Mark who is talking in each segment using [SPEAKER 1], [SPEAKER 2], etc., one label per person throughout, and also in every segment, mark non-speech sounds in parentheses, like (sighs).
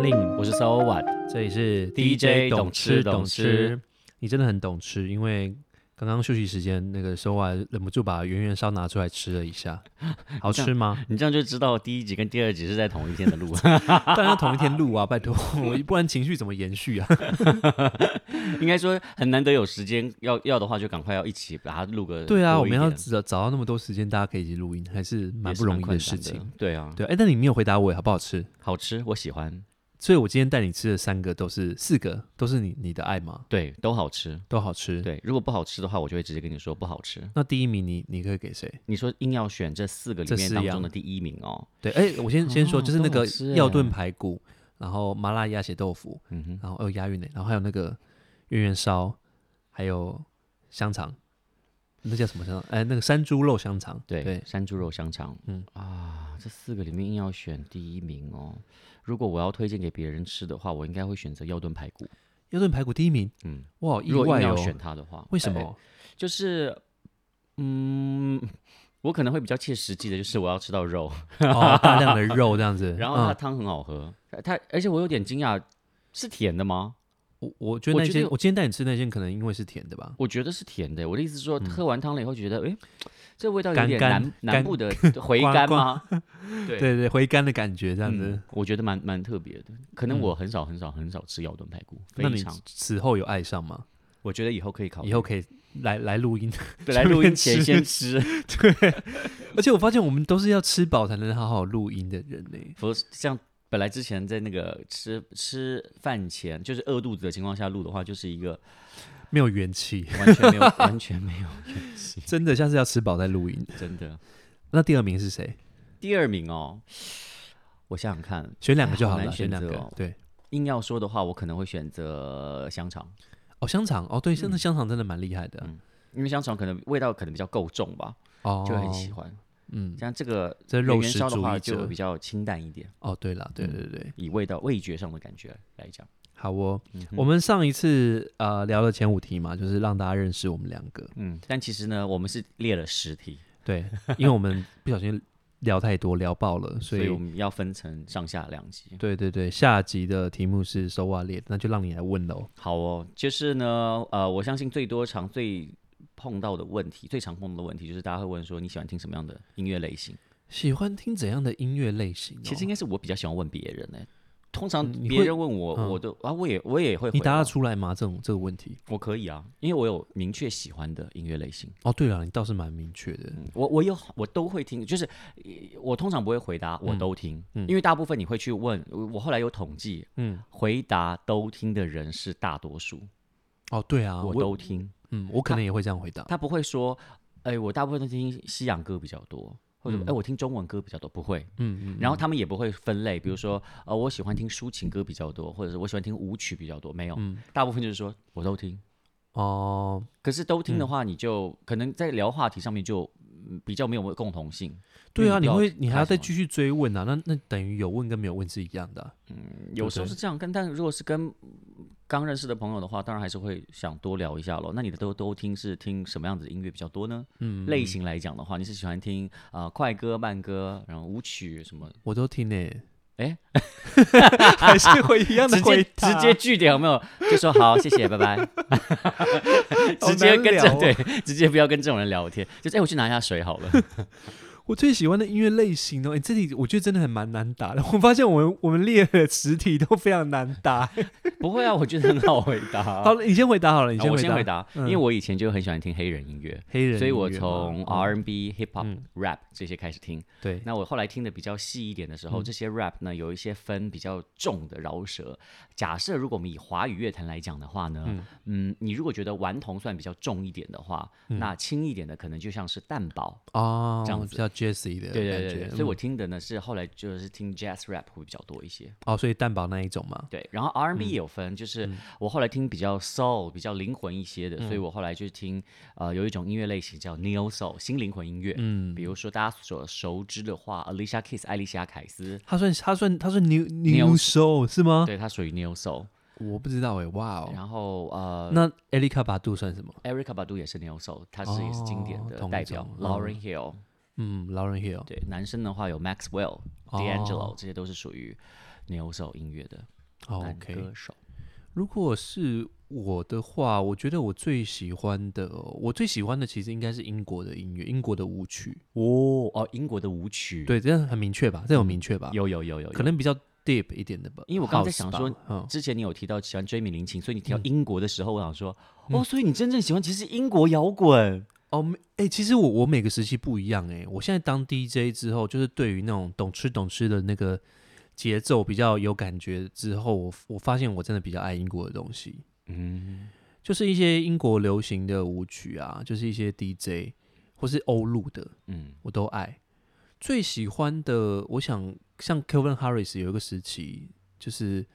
[SPEAKER 1] So What，这里是
[SPEAKER 2] DJ
[SPEAKER 1] 懂
[SPEAKER 2] 懂吃
[SPEAKER 1] 懂
[SPEAKER 2] 懂吃，
[SPEAKER 1] 你真的很懂吃，因为刚刚休息时间，那个 So What 忍不住把圆圆烧拿出来吃了一
[SPEAKER 2] (laughs)
[SPEAKER 1] 下，好吃吗？
[SPEAKER 2] 你这样就知道第一集跟第二集是在同一天的录， (laughs)
[SPEAKER 1] 当然要同一天录啊，拜托，我不然情绪怎么延续啊？
[SPEAKER 2] 应该说很难得有时间，要要的话就赶快要一起把它录个多一点。
[SPEAKER 1] 对啊，我们要
[SPEAKER 2] 也是
[SPEAKER 1] 找找到那么多时间，大家可以一起录音，还是蛮
[SPEAKER 2] 蛮
[SPEAKER 1] 不容易
[SPEAKER 2] 困
[SPEAKER 1] 的事
[SPEAKER 2] 难
[SPEAKER 1] 情。。
[SPEAKER 2] 对啊，
[SPEAKER 1] 对，哎，但你没有回答我好不好吃？
[SPEAKER 2] 好吃，我喜欢，
[SPEAKER 1] 所以我今天带你吃的三个都是四个都是你你的爱吗？
[SPEAKER 2] 对，都好吃。
[SPEAKER 1] 都好吃。
[SPEAKER 2] 对，如果不好吃的话，我就会直接跟你说不好吃。
[SPEAKER 1] 那第一名你你可以给谁？
[SPEAKER 2] 你说硬要选这四个里
[SPEAKER 1] 这
[SPEAKER 2] 面
[SPEAKER 1] 四
[SPEAKER 2] 当
[SPEAKER 1] 样
[SPEAKER 2] 中的第一名哦，
[SPEAKER 1] 对，哎、我先先说，
[SPEAKER 2] 哦
[SPEAKER 1] 就是那
[SPEAKER 2] 都好
[SPEAKER 1] 个
[SPEAKER 2] 吃
[SPEAKER 1] 药
[SPEAKER 2] 欸
[SPEAKER 1] 炖排骨，然后麻辣鸭血豆腐，
[SPEAKER 2] 嗯哼，
[SPEAKER 1] 然后哦押韵呢，然后还有那个圆圆烧，还有香肠，那叫什么香肠？哎，那个山猪肉香肠。
[SPEAKER 2] 对，
[SPEAKER 1] 对，
[SPEAKER 2] 山猪肉香肠，
[SPEAKER 1] 嗯
[SPEAKER 2] 嗯啊，这四个里面硬要选第一名哦。如果我要推荐给别人吃的话，我应该会选择药炖排骨。
[SPEAKER 1] 药炖排骨第一名，
[SPEAKER 2] 嗯，
[SPEAKER 1] 哇，好意
[SPEAKER 2] 如果
[SPEAKER 1] 外
[SPEAKER 2] 硬要
[SPEAKER 1] 哦。
[SPEAKER 2] 选它的话，
[SPEAKER 1] 为什
[SPEAKER 2] 哎
[SPEAKER 1] 么？
[SPEAKER 2] 就是，嗯，我可能会比较切实际的，就是我要吃到肉，
[SPEAKER 1] 哦，大量的肉这样子。
[SPEAKER 2] 哎 (laughs) 然后它
[SPEAKER 1] 嗯、
[SPEAKER 2] 汤很好喝，它而且我有点惊讶，是甜的吗？
[SPEAKER 1] 我我觉得
[SPEAKER 2] 我
[SPEAKER 1] 那
[SPEAKER 2] 觉得
[SPEAKER 1] 些
[SPEAKER 2] 有
[SPEAKER 1] 我今天带你吃那些，可能因为是甜的吧。
[SPEAKER 2] 我觉得是甜的。我的意思是说，喝完汤了以后觉得，哎，这味道有
[SPEAKER 1] 嗯干
[SPEAKER 2] 点
[SPEAKER 1] 干
[SPEAKER 2] 南
[SPEAKER 1] 干
[SPEAKER 2] 南部的回
[SPEAKER 1] 呱
[SPEAKER 2] 甘
[SPEAKER 1] 呱
[SPEAKER 2] 吗？对嗯
[SPEAKER 1] 对对，回甘的感觉这
[SPEAKER 2] 这
[SPEAKER 1] 样子。
[SPEAKER 2] 我觉得蛮蛮特别的。可能
[SPEAKER 1] 嗯
[SPEAKER 2] 我很少很少很少吃腰炖排骨，
[SPEAKER 1] 那
[SPEAKER 2] 非
[SPEAKER 1] 你
[SPEAKER 2] 常。
[SPEAKER 1] 此后有爱上吗？
[SPEAKER 2] 我觉得以后可以考虑，
[SPEAKER 1] 以后可以来来录音，
[SPEAKER 2] 本来
[SPEAKER 1] 顺
[SPEAKER 2] 录
[SPEAKER 1] 便
[SPEAKER 2] 音前
[SPEAKER 1] 吃
[SPEAKER 2] 先吃，
[SPEAKER 1] (laughs) 而且我发现我们都是要吃饱才能好好录音的人呢、
[SPEAKER 2] 不是像本来之前在那个吃吃饭前，就是饿肚子的情况下录的话，就是一个
[SPEAKER 1] 没有元
[SPEAKER 2] (laughs)
[SPEAKER 1] 气。
[SPEAKER 2] 完全没
[SPEAKER 1] (laughs)
[SPEAKER 2] 有，完全没有元气，
[SPEAKER 1] 真的，下次要吃饱再录音。
[SPEAKER 2] 真的。
[SPEAKER 1] 那第二名是谁？
[SPEAKER 2] (laughs) 第二名哦，我想想看，
[SPEAKER 1] 选两个
[SPEAKER 2] 哎
[SPEAKER 1] 就好
[SPEAKER 2] 好
[SPEAKER 1] 了，
[SPEAKER 2] 难
[SPEAKER 1] 选两
[SPEAKER 2] 选
[SPEAKER 1] 个。
[SPEAKER 2] 择哦
[SPEAKER 1] 对，
[SPEAKER 2] 硬要说的话，我可能会选择香肠，
[SPEAKER 1] 哦，香肠，哦，对，现在香肠真的蛮厉害的。
[SPEAKER 2] 嗯因为香肠可能味道可能比较够重吧，
[SPEAKER 1] 哦，
[SPEAKER 2] 就很喜。欢。
[SPEAKER 1] 嗯，
[SPEAKER 2] 像这个
[SPEAKER 1] 这
[SPEAKER 2] 圆
[SPEAKER 1] 肉
[SPEAKER 2] 圆
[SPEAKER 1] 食
[SPEAKER 2] 烧的
[SPEAKER 1] 主
[SPEAKER 2] 话，
[SPEAKER 1] 义
[SPEAKER 2] 就嗯会
[SPEAKER 1] 者
[SPEAKER 2] 比。较清淡一点，
[SPEAKER 1] 哦，对了，对对对，
[SPEAKER 2] 以味道味觉上的感觉来讲。
[SPEAKER 1] 好哦。
[SPEAKER 2] 嗯哼
[SPEAKER 1] 我们上一次呃聊了前五题嘛，就是让大家认识我们两个。
[SPEAKER 2] 嗯，但其实呢，我们是列了十题，
[SPEAKER 1] 对，因为我们不小心聊太多，聊爆了，所
[SPEAKER 2] 所
[SPEAKER 1] 以
[SPEAKER 2] 以我们要分成上下两集。
[SPEAKER 1] 对对对，下集的题目是收袜列，那就让你来问喽。
[SPEAKER 2] 好哦，就是呢，呃，我相信最多常最碰到的问题，最常碰到的问题就是大家会问说你喜欢听什么样的音乐类型？
[SPEAKER 1] 喜欢听怎样的音乐类型哦、
[SPEAKER 2] 其实应该是我比较喜欢问别人呢、通常
[SPEAKER 1] 嗯你
[SPEAKER 2] 别
[SPEAKER 1] 会
[SPEAKER 2] 人问我，
[SPEAKER 1] 嗯
[SPEAKER 2] 我都啊，我也我也会回
[SPEAKER 1] 你答
[SPEAKER 2] 啊
[SPEAKER 1] 得出来吗？这种这个问题？
[SPEAKER 2] 我可以啊，因为我有明确喜欢的音乐类型，
[SPEAKER 1] 哦，对了，你倒是蛮明确的。
[SPEAKER 2] 嗯我我有我都会听，就是呃我通常不会回答
[SPEAKER 1] 嗯
[SPEAKER 2] 我都听，因为大部分你会去问我我后来有统计，
[SPEAKER 1] 嗯
[SPEAKER 2] 嗯，回答都听的人是大多数，
[SPEAKER 1] 哦，对啊，
[SPEAKER 2] 我
[SPEAKER 1] 我
[SPEAKER 2] 都听。
[SPEAKER 1] 嗯，我可能也会这样回答。
[SPEAKER 2] 他不会说，哎、我大部分都听西洋歌比较多，或者哎、我听中文歌比较多，不会。
[SPEAKER 1] 嗯嗯嗯，
[SPEAKER 2] 然后他们也不会分类，比如说，呃，我喜欢听抒情歌比较多，或者是我喜欢听舞曲比较多，没有，
[SPEAKER 1] 嗯
[SPEAKER 2] 大部分就是说我都听。
[SPEAKER 1] 哦，
[SPEAKER 2] 可是都听的话，你就、可能在聊话题上面就、嗯比较没有共同性。
[SPEAKER 1] 对
[SPEAKER 2] 因
[SPEAKER 1] 啊，
[SPEAKER 2] 为
[SPEAKER 1] 你
[SPEAKER 2] 你不知道
[SPEAKER 1] 会你还要
[SPEAKER 2] 看什
[SPEAKER 1] 再
[SPEAKER 2] 么
[SPEAKER 1] 继续追问啊，那那等于有问跟没有问是一样的啊、
[SPEAKER 2] 有时候
[SPEAKER 1] 对
[SPEAKER 2] 是这样，跟但如果是跟刚认识的朋友的话，当然还是会想多聊一下咯。那你的都都听是听什么样子的音乐比较多呢？嗯，类型来讲的话，你是喜欢听啊、呃快歌、慢歌，然后舞曲什么？
[SPEAKER 1] 我都听呢、 (laughs)
[SPEAKER 2] 哎
[SPEAKER 1] 还是会一样的
[SPEAKER 2] (laughs) 直接
[SPEAKER 1] 回
[SPEAKER 2] 直
[SPEAKER 1] 答
[SPEAKER 2] 接据点有没有？就说好，谢谢，拜拜。
[SPEAKER 1] (laughs)
[SPEAKER 2] (laughs) 直接跟
[SPEAKER 1] 好难
[SPEAKER 2] 这
[SPEAKER 1] 聊啊
[SPEAKER 2] 对，直接不要跟这种人聊天。就是哎、我去拿一下
[SPEAKER 1] (laughs)
[SPEAKER 2] 水好了。
[SPEAKER 1] 我最喜欢的音乐类型哦，哎、这里我觉得真的很蛮难答的。我 (laughs) 发现我们我们列的实体都非常难答。
[SPEAKER 2] 不会啊，我觉得很好回答。
[SPEAKER 1] 好了，你先回答好了，你
[SPEAKER 2] 啊我
[SPEAKER 1] 回
[SPEAKER 2] 先
[SPEAKER 1] 答。嗯
[SPEAKER 2] 回答，因为我以前就很喜欢听黑人音乐，
[SPEAKER 1] 黑人音乐嘛，
[SPEAKER 2] 所以我从
[SPEAKER 1] 嗯
[SPEAKER 2] R&B、Hip Hop
[SPEAKER 1] 嗯、
[SPEAKER 2] Rap 这些开始听。
[SPEAKER 1] 对
[SPEAKER 2] 那我后来听的比较细一点的时
[SPEAKER 1] 嗯
[SPEAKER 2] 候，这些 rap 呢有一些分比较重的饶舌。假设如果我们以华语乐坛来讲的话呢，嗯你如果觉得顽童算比较重一点的话，
[SPEAKER 1] 嗯
[SPEAKER 2] 那轻一点的可能就像是蛋堡。
[SPEAKER 1] 哦，
[SPEAKER 2] 这样子
[SPEAKER 1] 比较 Jazzy 的
[SPEAKER 2] 对
[SPEAKER 1] 感
[SPEAKER 2] 对
[SPEAKER 1] 觉
[SPEAKER 2] 对对，所以我
[SPEAKER 1] 嗯
[SPEAKER 2] 听的呢是后来就是听 jazz rap 会比较多一些。
[SPEAKER 1] 哦，所以蛋堡那一种嘛，
[SPEAKER 2] 对，然后 R&B 也有分，就是
[SPEAKER 1] 嗯
[SPEAKER 2] 我后来听比较 soul、比较灵魂一些的，所以我后来就听呃有一种音乐类型叫 neo soul 新灵魂音乐，嗯，比如说大家所熟知的话，Alicia Keys 艾丽西亚凯斯，
[SPEAKER 1] 他算他算他算 New New
[SPEAKER 2] New-
[SPEAKER 1] Show 是吗？
[SPEAKER 2] 对，它属于 neo soul，
[SPEAKER 1] 我不知道哎、哇啊哦。
[SPEAKER 2] 然后呃
[SPEAKER 1] 那 Erica 巴杜算什么？
[SPEAKER 2] ，Erica Badu 也是 neo soul，她是也是经典
[SPEAKER 1] 哦
[SPEAKER 2] 的
[SPEAKER 1] 同一
[SPEAKER 2] 代表
[SPEAKER 1] 种嗯
[SPEAKER 2] ，Lauren Hill，
[SPEAKER 1] 嗯，Lauren Hill。
[SPEAKER 2] 对，男生的话有 Maxwell、
[SPEAKER 1] 哦
[SPEAKER 2] D'Angelo，这些都是属于 neo soul 音乐的。
[SPEAKER 1] 哦
[SPEAKER 2] 男
[SPEAKER 1] OK，
[SPEAKER 2] 歌手。
[SPEAKER 1] 如果是我的话，我觉得我最喜欢的，我最喜欢的其实应该是英国的音乐，英国的舞曲。
[SPEAKER 2] 哦哦，英国的舞曲，，
[SPEAKER 1] 对，这样很明确吧？这有明确吧？，
[SPEAKER 2] 有有有有有，
[SPEAKER 1] 可能比较 deep 一点的吧。
[SPEAKER 2] 因为我刚刚在想
[SPEAKER 1] house 吧
[SPEAKER 2] 说，
[SPEAKER 1] 嗯，
[SPEAKER 2] 之前你有提到喜欢追名林檎，所以你提到英国的时候，我想说，
[SPEAKER 1] 嗯
[SPEAKER 2] 哦，所以你真正喜欢其实是英国摇滚
[SPEAKER 1] 哦，没，哎、其实我我每个时期不一样哎、我现在当 DJ 之后，就是对于那种懂吃懂吃的那个节奏比较有感觉之后，我我发现我真的比较爱英国的东西，嗯，就是一些英国流行的舞曲啊，就是一些 DJ 或是欧陆的，
[SPEAKER 2] 嗯，
[SPEAKER 1] 我都爱。最喜欢的，我想像 Kelvin Harris 有一个时期，就是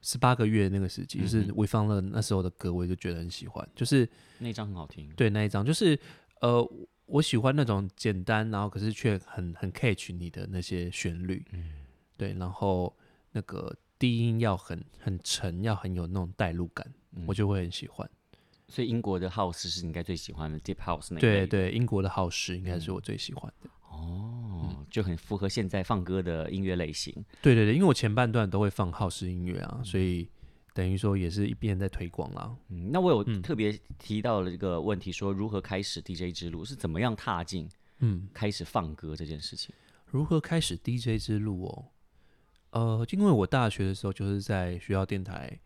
[SPEAKER 1] 十八个月那个时期，就是
[SPEAKER 2] 嗯哼
[SPEAKER 1] We Found Love 那时候的歌，我就觉得很喜欢，就是。
[SPEAKER 2] 那张很好听。
[SPEAKER 1] 对那一张，就是呃，我喜欢那种简单，然后可是却很很 catch 你的那些旋律，嗯，对，然后那个低音要很很沉，要很有那种代入感，我就会很喜欢。
[SPEAKER 2] 所以英国的 house 是你应该最喜欢的 deep house 那一类
[SPEAKER 1] 对
[SPEAKER 2] 的
[SPEAKER 1] 对，英国的嗯耗时应该是我最喜欢的。
[SPEAKER 2] 哦，就很符合现在放歌的音乐类型。
[SPEAKER 1] 对对对，因为我前半段都会放耗时音乐啊，所以等于说也是一边在推广啊啦。
[SPEAKER 2] 嗯，那我有特别提到了一个问题，说如何开始 DJ 之路，是怎么样踏进
[SPEAKER 1] 嗯，
[SPEAKER 2] 开始放歌这件事情？
[SPEAKER 1] 如何开始 DJ 之路哦？呃，因为我大学的时候就是在学校电台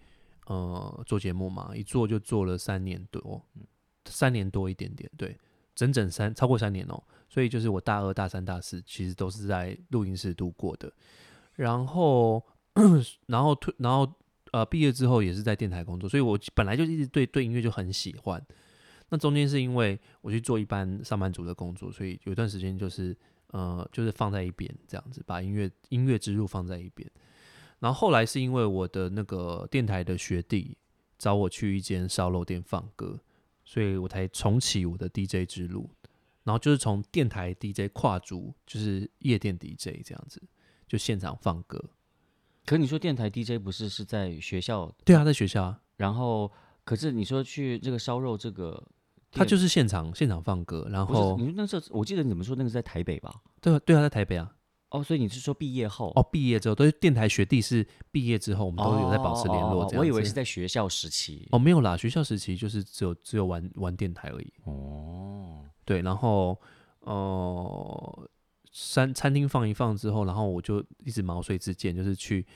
[SPEAKER 1] 呃做节目嘛，一做就做了三年多，嗯三年多一点点，对，整整三超过三年哦。所以就是我大二、大三、大四其实都是在录音室度过的。然后， (clears throat) 然后退，然后呃，毕业之后也是在电台工作，所以我本来就一直对对音乐就很喜欢。那中间是因为我去做一般上班族的工作，所以有一段时间就是呃，就是放在一边这样子，把音乐音乐之路放在一边。然后后来是因为我的那个电台的学弟找我去一间烧肉店放歌，所以我才重启我的 DJ 之路。然后就是从电台 DJ 跨足，就是夜店 DJ 这样子，就现场放歌。
[SPEAKER 2] 可你说电台 DJ 不是是在学校，
[SPEAKER 1] 对啊，在学校啊，
[SPEAKER 2] 然后可是你说去这个烧肉这个
[SPEAKER 1] 他
[SPEAKER 2] 店，
[SPEAKER 1] 就是现场现场放歌，然
[SPEAKER 2] 不是
[SPEAKER 1] 后
[SPEAKER 2] 啊你说那时候我记得你们说那个是在台北吧？
[SPEAKER 1] 对啊对啊，在台北啊。
[SPEAKER 2] 哦，所以你是说毕业后？
[SPEAKER 1] 哦，毕业之后都是电台学弟，是毕业之后我们都有在保持联
[SPEAKER 2] 哦哦
[SPEAKER 1] 络
[SPEAKER 2] 哦
[SPEAKER 1] 这样子。
[SPEAKER 2] 我以为是在学校时期。
[SPEAKER 1] 哦，没有啦，学校时期就是只有只有玩玩电台而已。
[SPEAKER 2] 哦，
[SPEAKER 1] 对，然后呃，餐餐厅放一放之后，然后我就一直毛遂自荐，就是去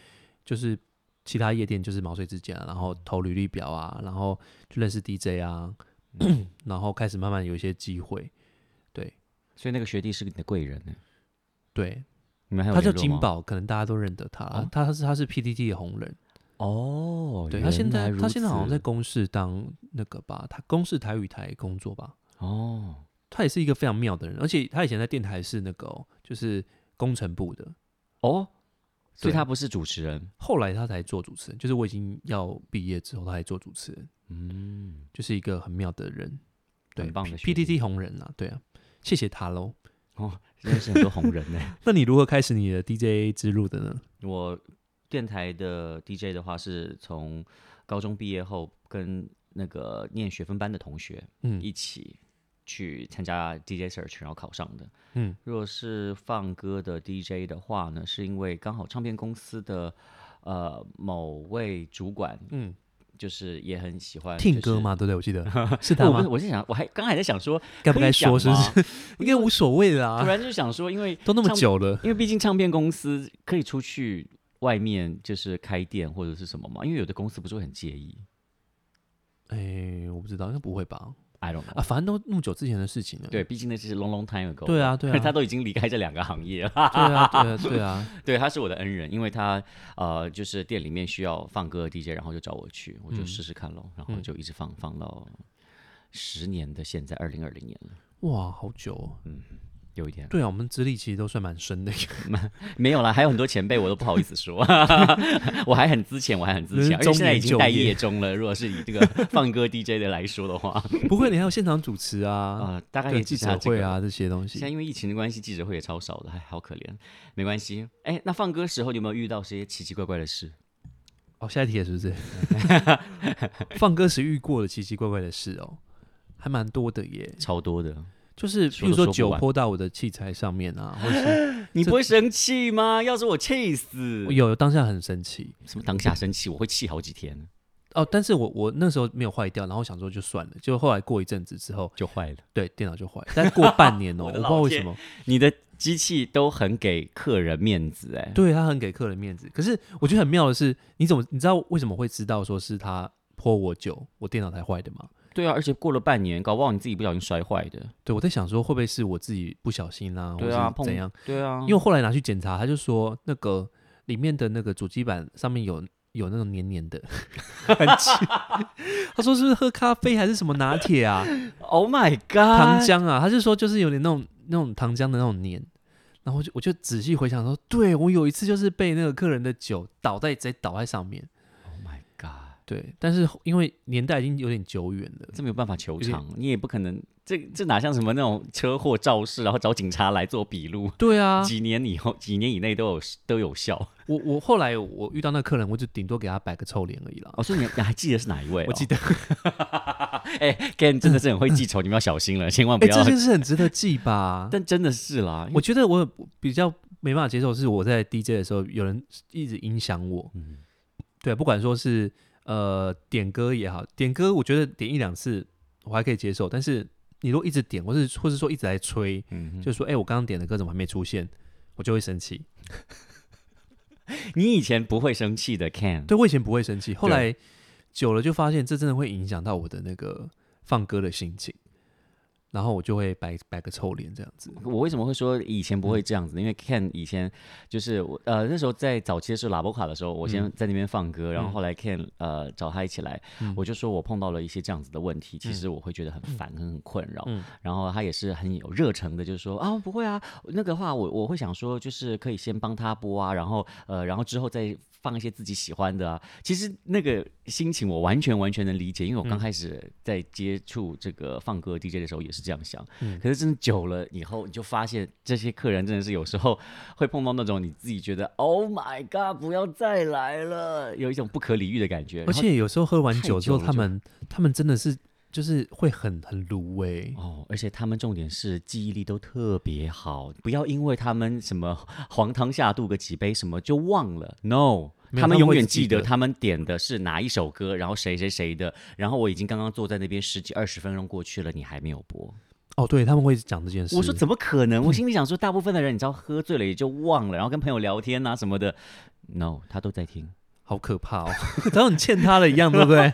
[SPEAKER 1] 就是其他夜店就是毛遂自荐、啊，然后投履历表啊，然后就认识 DJ 啊，
[SPEAKER 2] 嗯
[SPEAKER 1] (clears throat) 然后开始慢慢有一些机会。对
[SPEAKER 2] 所以那个学弟是你的贵人呢？
[SPEAKER 1] 对，
[SPEAKER 2] 你们还有
[SPEAKER 1] 他叫
[SPEAKER 2] 联络
[SPEAKER 1] 金
[SPEAKER 2] 吗
[SPEAKER 1] 宝，可能大家都认得他，
[SPEAKER 2] 哦
[SPEAKER 1] 他是他是 PTT 的红人。
[SPEAKER 2] 哦，
[SPEAKER 1] 对他现
[SPEAKER 2] 原来
[SPEAKER 1] 在
[SPEAKER 2] 如
[SPEAKER 1] 他现在好像在
[SPEAKER 2] 此
[SPEAKER 1] 公视当那个吧，他公视台语台工作吧。
[SPEAKER 2] 哦，
[SPEAKER 1] 他也是一个非常妙的人，而且他以前在电台是那个哦、就是工程部的，
[SPEAKER 2] 哦，所
[SPEAKER 1] 对
[SPEAKER 2] 以他不是主持人，
[SPEAKER 1] 后来他才做主持人，就是我已经要毕业之后，他才做主持人，
[SPEAKER 2] 嗯，
[SPEAKER 1] 就是一个很妙的人，对
[SPEAKER 2] 很棒的学弟
[SPEAKER 1] PTT 红人啊，对啊，谢谢他喽。
[SPEAKER 2] 哦，认识很多红人呢。 (laughs)
[SPEAKER 1] 那你如何开始你的 DJ 之路的呢？
[SPEAKER 2] 我电台的 DJ 的话，是从高中毕业后跟那个念学分班的同学
[SPEAKER 1] 嗯
[SPEAKER 2] 一起去参加 DJ search，然后考上的。
[SPEAKER 1] 嗯，
[SPEAKER 2] 如果是放歌的 DJ 的话呢，是因为刚好唱片公司的呃某位主管，
[SPEAKER 1] 嗯，
[SPEAKER 2] 嗯就是也很喜欢
[SPEAKER 1] 听歌
[SPEAKER 2] 嘛。
[SPEAKER 1] 嘛，对不对？我记
[SPEAKER 2] (laughs)
[SPEAKER 1] 得是他
[SPEAKER 2] 我不是，
[SPEAKER 1] 吗？
[SPEAKER 2] 我是想，我还刚才在想说，
[SPEAKER 1] 该不
[SPEAKER 2] 可
[SPEAKER 1] 该
[SPEAKER 2] 以讲
[SPEAKER 1] 说？是不
[SPEAKER 2] 吗
[SPEAKER 1] 是？应该无所谓
[SPEAKER 2] (laughs) 突
[SPEAKER 1] 啦，
[SPEAKER 2] 然就想说，因为
[SPEAKER 1] 都那么
[SPEAKER 2] 唱
[SPEAKER 1] 久了，
[SPEAKER 2] 因为毕竟唱片公司可以出去外面就是开店或者是什么嘛，因为有的公司不是会很介意。
[SPEAKER 1] 哎，我不知道，应该不会吧？
[SPEAKER 2] I don't know。
[SPEAKER 1] 啊，反正都那么久之前的事情了。
[SPEAKER 2] 对，毕竟那是 long long time ago。
[SPEAKER 1] 对啊，对啊，
[SPEAKER 2] (laughs) 他
[SPEAKER 1] 对
[SPEAKER 2] 都已经离开这两个行业了。
[SPEAKER 1] 啊，对啊，对啊。
[SPEAKER 2] 对，他是我的恩人，因为他呃，就是店里面需要放歌的 DJ，然后就找我去，我
[SPEAKER 1] 嗯
[SPEAKER 2] 就试试看咯，然后就一直放放到十年的现在，二零二零年了，
[SPEAKER 1] 哇，好久、哦。
[SPEAKER 2] 有一点
[SPEAKER 1] 对啊，我们资历其实都算蛮深的， (laughs)
[SPEAKER 2] 没有啦，还有很多前辈我都不好意思说，我还很资浅，我还很资浅，而且现在已经待业中了。如果是以这个放歌 DJ 的来说的话，
[SPEAKER 1] (laughs) 不会，你还有现场主持啊，
[SPEAKER 2] 啊、大概
[SPEAKER 1] 对
[SPEAKER 2] 也
[SPEAKER 1] 记
[SPEAKER 2] 只
[SPEAKER 1] 者
[SPEAKER 2] 剩下这
[SPEAKER 1] 会
[SPEAKER 2] 个。
[SPEAKER 1] 啊这些东
[SPEAKER 2] 现在
[SPEAKER 1] 西。
[SPEAKER 2] 因为疫情的关系，记者会也超少的，哎，好可怜。没关系，哎，那放歌时候你有没有遇到些奇奇怪怪的事？
[SPEAKER 1] 哦，下一题了是不
[SPEAKER 2] (laughs)
[SPEAKER 1] 是？放歌时遇过的奇奇怪怪的事哦，还蛮多的耶。
[SPEAKER 2] 超多的，
[SPEAKER 1] 就是比
[SPEAKER 2] 说
[SPEAKER 1] 如说
[SPEAKER 2] 都说不
[SPEAKER 1] 酒
[SPEAKER 2] 完
[SPEAKER 1] 泼到我的器材上面啊，或
[SPEAKER 2] (laughs)
[SPEAKER 1] 是
[SPEAKER 2] 你不会生气吗？要是我气死
[SPEAKER 1] 我，有当下很生气
[SPEAKER 2] 什么当下生气，我会气好几天，
[SPEAKER 1] 哦，但是我我那时候没有坏掉，然后想说就算了，结果后来过一阵子之后，
[SPEAKER 2] 就坏了。
[SPEAKER 1] 对电脑就坏，但过半年哦、
[SPEAKER 2] (laughs) 我
[SPEAKER 1] 我不
[SPEAKER 2] 的
[SPEAKER 1] 知道
[SPEAKER 2] 老
[SPEAKER 1] 为
[SPEAKER 2] 天
[SPEAKER 1] 什么，
[SPEAKER 2] 你的机器都很给客人面子、哎，
[SPEAKER 1] 对他很给客人面子。可是我觉得很妙的是，你怎么你知道为什么会知道说是他泼我酒，我电脑才坏的吗？
[SPEAKER 2] 对啊，而且过了半年，搞不好你自己不小心摔坏的。
[SPEAKER 1] 对我在想说会不会是我自己不小心啦、
[SPEAKER 2] 对啊，
[SPEAKER 1] 或
[SPEAKER 2] 碰
[SPEAKER 1] 是怎样？？
[SPEAKER 2] 对啊，
[SPEAKER 1] 因为我后来拿去检查，他就说那个里面的那个主机板上面有有那种黏黏的， (laughs) 很
[SPEAKER 2] (laughs)
[SPEAKER 1] 奇。他说是不是喝咖啡还是什么拿铁
[SPEAKER 2] (laughs)
[SPEAKER 1] 啊、
[SPEAKER 2] Oh my
[SPEAKER 1] 糖
[SPEAKER 2] God，
[SPEAKER 1] 浆啊？他就说就是有点那种那种糖浆的那种黏。然后我就我就仔细回想说，对我有一次就是被那个客人的酒倒在直接倒在上面。
[SPEAKER 2] ，Oh my God，
[SPEAKER 1] 对，但是因为年代已经有点久远了，
[SPEAKER 2] 这没有办法求偿，你也不可能，这这哪像什么那种车祸肇事，然后找警察来做笔录，
[SPEAKER 1] 对啊，
[SPEAKER 2] 几年以后、几年以内都有都有效。
[SPEAKER 1] 我我后来我遇到那个客人，我就顶多给他摆个臭脸而已啦。
[SPEAKER 2] 哦，所以你你还记得是哪一位、啊
[SPEAKER 1] 我记
[SPEAKER 2] 得，
[SPEAKER 1] 得，
[SPEAKER 2] 哎、g a n 真的是很会记仇，你们要小 (laughs) 心了，千万不
[SPEAKER 1] 哎、
[SPEAKER 2] 要。
[SPEAKER 1] 这件事很值得记吧？
[SPEAKER 2] (laughs) 但真的是啦，因为
[SPEAKER 1] 我觉得我比较没办法接受是我在 DJ 的时候，有人一直影响我。
[SPEAKER 2] 嗯
[SPEAKER 1] 对，不管说是呃点歌也好，点歌我觉得点一两次我还可以接受，但是你如果一直点，或是或是说一直来催，
[SPEAKER 2] 嗯哼，
[SPEAKER 1] 就是说哎、我刚刚点的歌怎么还没出现，我就会生气。
[SPEAKER 2] 你以前不会生气的 Can，
[SPEAKER 1] 对我以前不会生气，后来久了就发现这真的会影响到我的那个放歌的心情，然后我就会摆摆个臭脸这样子。
[SPEAKER 2] 我为什么会说以前不会这样子呢？因为 Ken 以前就是我呃那时候在早期的时候，喇叭卡的时候，我先在那边放歌，然后后来 Ken 呃找他一起来，
[SPEAKER 1] 嗯
[SPEAKER 2] 我就说我碰到了一些这样子的问题，其实我会觉得很烦，很很困扰。
[SPEAKER 1] 嗯
[SPEAKER 2] 然后他也是很有热诚的，就是说啊不会啊，那个话我我会想说，就是可以先帮他播啊，然后呃然后之后再。放一些自己喜欢的啊，其实那个心情我完全完全能理解，因为
[SPEAKER 1] 嗯
[SPEAKER 2] 我刚开始在接触这个放歌 DJ 的时候也是这样想，
[SPEAKER 1] 嗯
[SPEAKER 2] 可是真的久了以后，你就发现这些客人真的是有时候会碰到那种你自己觉得 “Oh my God”，不要再来了，有一种不可理喻的感觉。
[SPEAKER 1] 而
[SPEAKER 2] 然
[SPEAKER 1] 且有时候喝完
[SPEAKER 2] 太
[SPEAKER 1] 酒之后，
[SPEAKER 2] 久了
[SPEAKER 1] 他
[SPEAKER 2] 就
[SPEAKER 1] 们他们真的是就是会很很欸卤味。
[SPEAKER 2] 后哦，而且他们重点是记忆力都特别好，不要因为他们什么 (laughs) 黄汤下肚个几杯什么就忘了，no。
[SPEAKER 1] 没有
[SPEAKER 2] 他们
[SPEAKER 1] 他们
[SPEAKER 2] 永
[SPEAKER 1] 会
[SPEAKER 2] 远
[SPEAKER 1] 记
[SPEAKER 2] 记得
[SPEAKER 1] 得
[SPEAKER 2] 他们点的是哪一首歌，然后谁谁谁的，然后我已经刚刚坐在那边十几二十分钟过去了，你还没有播。
[SPEAKER 1] 哦，对他们会讲这件事。
[SPEAKER 2] 我说怎么
[SPEAKER 1] (laughs)
[SPEAKER 2] 可能？我心里想说，大部分的人你知道喝醉了也就忘了，然后跟朋友聊天啊什么的。No，他都在
[SPEAKER 1] (laughs)
[SPEAKER 2] 听。
[SPEAKER 1] 好可怕哦， (laughs) 然后你欠他的一样，对不对？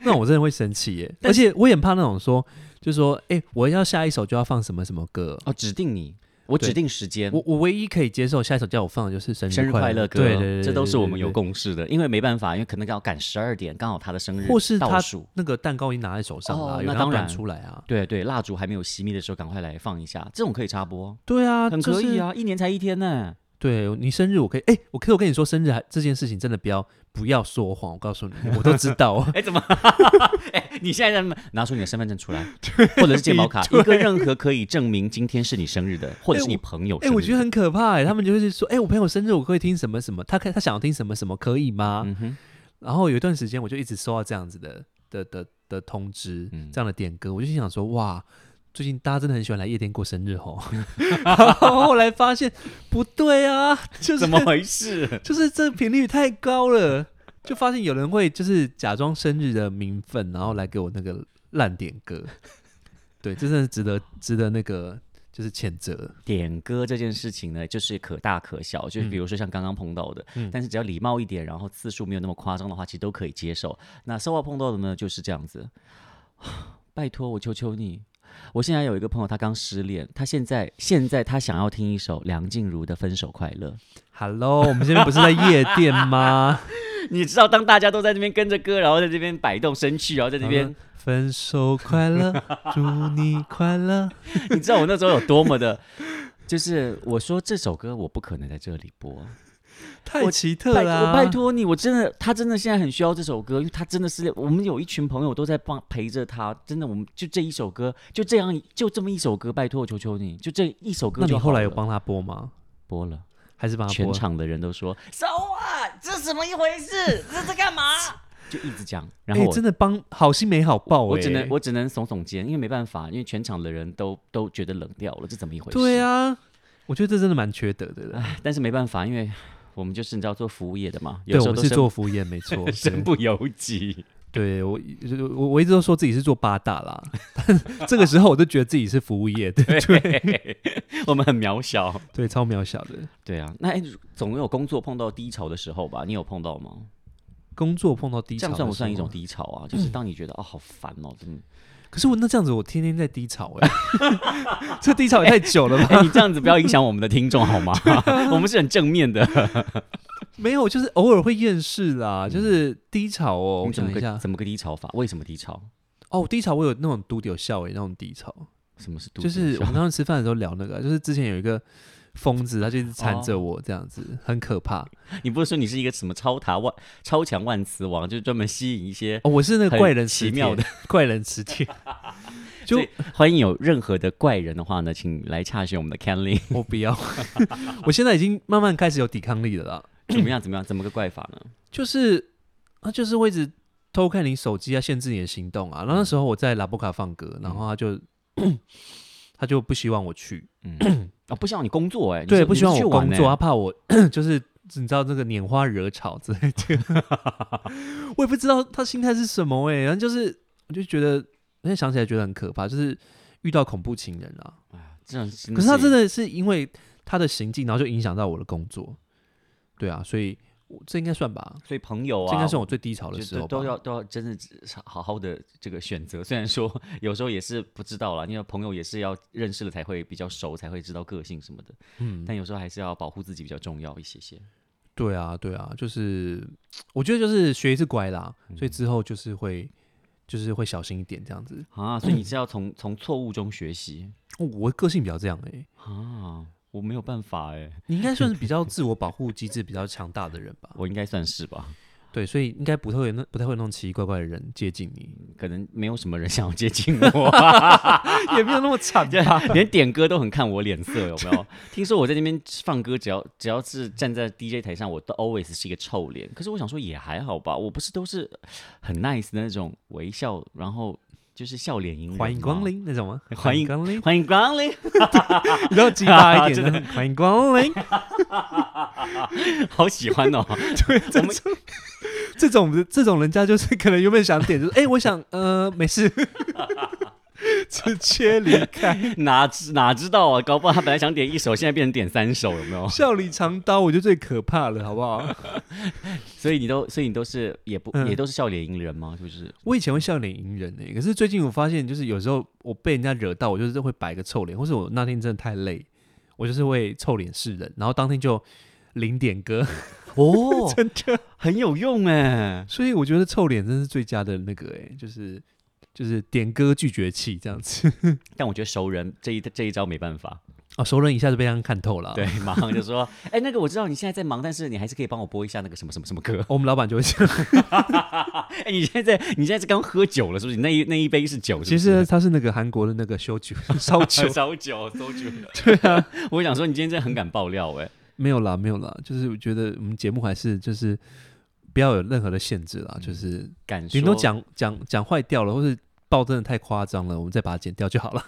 [SPEAKER 1] 那我真的会生气耶。而且我也很怕那种说，就说哎、我要下一首就要放什么什么歌。
[SPEAKER 2] (laughs) 哦，指定你，我
[SPEAKER 1] 对
[SPEAKER 2] 指定时间。
[SPEAKER 1] 我我唯一可以接受下一首叫我放的就是生
[SPEAKER 2] 嗯生日
[SPEAKER 1] 快
[SPEAKER 2] 快乐歌，
[SPEAKER 1] 对对对对
[SPEAKER 2] 这都是我们有
[SPEAKER 1] 对
[SPEAKER 2] 共识的，因为没办法，因为可能要赶十二点，刚好他的生日
[SPEAKER 1] 或是他
[SPEAKER 2] 倒数。
[SPEAKER 1] 那个蛋糕已经拿在手上了、
[SPEAKER 2] 哦
[SPEAKER 1] 有人
[SPEAKER 2] 那当
[SPEAKER 1] 要端
[SPEAKER 2] 然
[SPEAKER 1] 出来啊。
[SPEAKER 2] 对对，蜡烛还没有熄灭的时候，赶快来放一下，这种可以插播，
[SPEAKER 1] 对啊，
[SPEAKER 2] 很
[SPEAKER 1] 就
[SPEAKER 2] 可以
[SPEAKER 1] 是。
[SPEAKER 2] 啊，一年才一天呢。
[SPEAKER 1] 对你生日我可以，哎、我可以我跟你说，生日还这件事情真的不要不要说谎，我告诉你，我都知
[SPEAKER 2] (laughs)
[SPEAKER 1] 道。
[SPEAKER 2] 哎，怎么？哎，你现在在拿出你的身份
[SPEAKER 1] (laughs)
[SPEAKER 2] 证出来，或者是健保卡，一个任何可以证明今天是你生日的，或者
[SPEAKER 1] 哎
[SPEAKER 2] 是你
[SPEAKER 1] 我
[SPEAKER 2] 朋友
[SPEAKER 1] 哎、
[SPEAKER 2] 生日。
[SPEAKER 1] 我觉得很可怕哎，他们就会说，哎、我朋友生日我可以听什么什么，他可他想要听什么什么可以吗？
[SPEAKER 2] 嗯哼。
[SPEAKER 1] 然后有一段时间我就一直收到这样子的的的的通知，
[SPEAKER 2] 嗯
[SPEAKER 1] 这样的点歌，我就心想说，哇，最近大家真的很喜欢来夜店过生日
[SPEAKER 2] (laughs)
[SPEAKER 1] 哦。 (laughs) 然后后来发现不对啊，就是
[SPEAKER 2] 怎么回事？
[SPEAKER 1] 就是这频率太高了，就发现有人会就是假装生日的名分，然后来给我那个烂点
[SPEAKER 2] (laughs)
[SPEAKER 1] 歌。对，这真的是值得值得那个就是谴责。
[SPEAKER 2] 点歌这件事情呢，就是可大可小，就是比如说像刚刚碰到的，但是只要礼貌一点，然后次数没有那么夸张的话，其实都可以接受。那 s o a 碰到的呢，就是这样子。 (sighs) 拜托，我求求你。我现在有一个朋友，他刚失恋，他现在现在他想要听一首梁静茹的《分手快乐》。
[SPEAKER 1] Hello，我们这边不是在夜店
[SPEAKER 2] (laughs)
[SPEAKER 1] 吗？
[SPEAKER 2] 你知道，当大家都在那边跟着歌，然后在这边摆动身躯，然后在这边，
[SPEAKER 1] 分手快乐，祝你快乐。
[SPEAKER 2] (laughs) 你知道我那时候有多么的，就是我说这首歌我不可能在这里播，
[SPEAKER 1] 太奇特
[SPEAKER 2] 拜
[SPEAKER 1] 啦！
[SPEAKER 2] 我拜托你，我真的，他真的现在很需要这首歌，因为他真的是我们有一群朋友都在帮陪着他，真的，我们就这一首歌，就这样，就这么一首歌，拜托，求求你，就这一首歌
[SPEAKER 1] 那
[SPEAKER 2] 就
[SPEAKER 1] 你
[SPEAKER 2] 好
[SPEAKER 1] 后来有
[SPEAKER 2] 了
[SPEAKER 1] 帮他播吗？
[SPEAKER 2] 播了，
[SPEAKER 1] 还是帮他
[SPEAKER 2] 全
[SPEAKER 1] 播？
[SPEAKER 2] 场的人都说手啊，这什么一回事？这是干嘛？就一直讲，然后
[SPEAKER 1] 哎
[SPEAKER 2] 我
[SPEAKER 1] 真的帮好心没好报、欸，
[SPEAKER 2] 我只能我只能耸耸肩，因为没办法，因为全场的人都都觉得冷掉了，这怎么一回事？
[SPEAKER 1] 对啊，我觉得这真的蛮缺德的啦。
[SPEAKER 2] 但是没办法，因为我们就是你知道做服务业的嘛，
[SPEAKER 1] 对，
[SPEAKER 2] 有
[SPEAKER 1] 我
[SPEAKER 2] 时候
[SPEAKER 1] 们
[SPEAKER 2] 都
[SPEAKER 1] 是
[SPEAKER 2] 身。
[SPEAKER 1] 做服务业，没错
[SPEAKER 2] (laughs) 身
[SPEAKER 1] 对
[SPEAKER 2] 不由己。
[SPEAKER 1] 对我我我一直都说自己是做八大啦， (laughs) 但这个时候我都觉得自己是服务业，对对
[SPEAKER 2] 对，我们很渺小。
[SPEAKER 1] 对，超渺小的。
[SPEAKER 2] 对啊，那哎总有工作碰到低潮的时候吧？你有碰到吗？
[SPEAKER 1] 工作碰到低
[SPEAKER 2] 这
[SPEAKER 1] 潮，
[SPEAKER 2] 样算不算一种？低潮啊？就是当你觉得哦好烦哦，真 (laughs) 的。
[SPEAKER 1] 可是我那这样子，我天天在低潮哎、 (laughs) 这低潮也太久了吧？
[SPEAKER 2] 哎，你这样子不要影响我们的听众 (laughs) 好吗？我们是很正面的。
[SPEAKER 1] 没有，就是偶尔会厌世啦，就是低潮哦。我
[SPEAKER 2] 嗯你怎么
[SPEAKER 1] 想一
[SPEAKER 2] 个
[SPEAKER 1] 下，
[SPEAKER 2] 怎么个低潮法？为什么低潮？
[SPEAKER 1] 哦，低潮我有那种嘟丢笑哎、那种低潮，
[SPEAKER 2] 什么是独
[SPEAKER 1] 就是
[SPEAKER 2] 自
[SPEAKER 1] 我
[SPEAKER 2] 的
[SPEAKER 1] 们刚刚吃饭的时候聊那个，啊就是之前有一个疯子，他就一直缠
[SPEAKER 2] 哦
[SPEAKER 1] 着我这样子，很可怕。
[SPEAKER 2] (laughs) 你不是说你是一个什么超塔万超强万磁王，就是专门吸引一些
[SPEAKER 1] 哦，我是那个
[SPEAKER 2] 很
[SPEAKER 1] 怪人
[SPEAKER 2] 奇
[SPEAKER 1] 磁铁
[SPEAKER 2] 妙的
[SPEAKER 1] 怪人磁铁，就
[SPEAKER 2] 所以欢迎有任何的怪人的话呢，请来查询我们的 (laughs) Canly，
[SPEAKER 1] (laughs) 我不要，我现在已经慢慢开始有抵抗力了啦，
[SPEAKER 2] 怎么样？怎么样？怎么个怪法呢？
[SPEAKER 1] 就是他就是会一直偷看你手机啊，限制你的行动啊。然后那时候我在拉布卡放歌，然后他就、 (clears throat) 他就不希望我去，
[SPEAKER 2] 嗯，啊，不希望你工作哎、你
[SPEAKER 1] 对，
[SPEAKER 2] 是
[SPEAKER 1] 不希望
[SPEAKER 2] 你是
[SPEAKER 1] 我
[SPEAKER 2] 去玩
[SPEAKER 1] 工作，
[SPEAKER 2] 欸
[SPEAKER 1] 他怕我 (clears throat) 就是你知道那个拈花惹草之类的， (laughs) 我也不知道他心态是什么哎、然后就是我就觉得现在想起来觉得很可怕，就是遇到恐怖情人啊。
[SPEAKER 2] 这样真
[SPEAKER 1] 可是他真
[SPEAKER 2] 的
[SPEAKER 1] 的是因为他的行径，然后就影响到我的工作，对啊，所以我这应该算吧，
[SPEAKER 2] 是，所以朋友啊，
[SPEAKER 1] 这应该算我最低潮的
[SPEAKER 2] 就
[SPEAKER 1] 时候
[SPEAKER 2] 都都
[SPEAKER 1] 吧。
[SPEAKER 2] 要都要真的好好的这个选择，虽然说有时候也是不知道啦，因为朋友也是要认识了才会比较熟，才会知道个性什么的，
[SPEAKER 1] 嗯，
[SPEAKER 2] 但有时候还是要保护自己比较重要一些些。
[SPEAKER 1] 对啊，对啊，就是我觉得就是学一次乖啦，
[SPEAKER 2] 嗯
[SPEAKER 1] 所以之后就是会就是会小心一点这样子。
[SPEAKER 2] 啊，所以你是要从从错误中学习
[SPEAKER 1] 哦我个性比较这样哎、
[SPEAKER 2] 啊，我没有办法哎、
[SPEAKER 1] 你应该算是比较自我保护机制比较强大的人吧？
[SPEAKER 2] 我应该算是吧，
[SPEAKER 1] 对，所以应该不太会有那不太会有那种奇奇怪怪的人接近你，
[SPEAKER 2] 可能没有什么人想要接近我。啊
[SPEAKER 1] 也没有那么惨
[SPEAKER 2] (laughs) 对，连点歌都很看我脸色，有没
[SPEAKER 1] (laughs)
[SPEAKER 2] 有？听说我在那边放歌，只要只要是站在 DJ 台上，我都 always 是一个臭脸。可是我想说也还好吧，我不是都是很 nice 的那种微笑，然后就是笑脸迎人
[SPEAKER 1] 欢迎光
[SPEAKER 2] 吗，
[SPEAKER 1] 临那种吗？
[SPEAKER 2] 欢迎
[SPEAKER 1] 光
[SPEAKER 2] (laughs)
[SPEAKER 1] 临，
[SPEAKER 2] 欢迎光临，
[SPEAKER 1] 比较激发一
[SPEAKER 2] (laughs)
[SPEAKER 1] 点的，欢迎光临。
[SPEAKER 2] 好喜欢哦！ (laughs) 对，我们
[SPEAKER 1] 这种的这种人家就是可能原本想点就是，哎、我想呃没事，直接离开，
[SPEAKER 2] 哪知哪知道啊？搞不好他本来想点一首，现在变成点三首，有没有？
[SPEAKER 1] 笑里藏刀，我觉得最可怕了，好不好？
[SPEAKER 2] 所以你都，所以你都是也不、
[SPEAKER 1] 嗯
[SPEAKER 2] 也都是笑脸迎人吗？是不是？
[SPEAKER 1] 我以前会笑脸迎人呢、欸可是最近我发现，就是有时候我被人家惹到，我就是会摆个臭脸，或是我那天真的太累，我就是会臭脸示人，然后当天就零点歌，
[SPEAKER 2] (laughs) 哦，
[SPEAKER 1] 真的。
[SPEAKER 2] 很有用哎。
[SPEAKER 1] 所以我觉得臭脸真是最佳的那个哎、就是就是点歌拒绝器这样子。
[SPEAKER 2] 但我觉得熟人这一这一招没办法。
[SPEAKER 1] 哦，熟人一下就被他看透了、啊哦
[SPEAKER 2] 对，，马上就说：“哎、那个我知道你现在在忙，但是你还是可以帮我播一下那个什么什么什么歌。 (laughs)
[SPEAKER 1] 我们老板就会这样。
[SPEAKER 2] 哎、你现在你现在是刚喝酒了，是不是？你那一那一杯是酒是
[SPEAKER 1] 其
[SPEAKER 2] 不是，
[SPEAKER 1] 实他是那个韩国的那个修酒 (laughs) 烧 (laughs) 酒
[SPEAKER 2] (laughs) 烧酒，烧
[SPEAKER 1] (laughs)
[SPEAKER 2] 酒。对啊， (laughs) 我想说你今天真的很敢爆料哎、
[SPEAKER 1] 没有啦，没有啦，就是我觉得我们节目还是就是不要有任何的限制啦，就是
[SPEAKER 2] 敢嗯说
[SPEAKER 1] 顶多讲讲讲坏掉了，或是爆真的太夸张了，我们再把它剪掉就
[SPEAKER 2] (laughs)
[SPEAKER 1] 好了。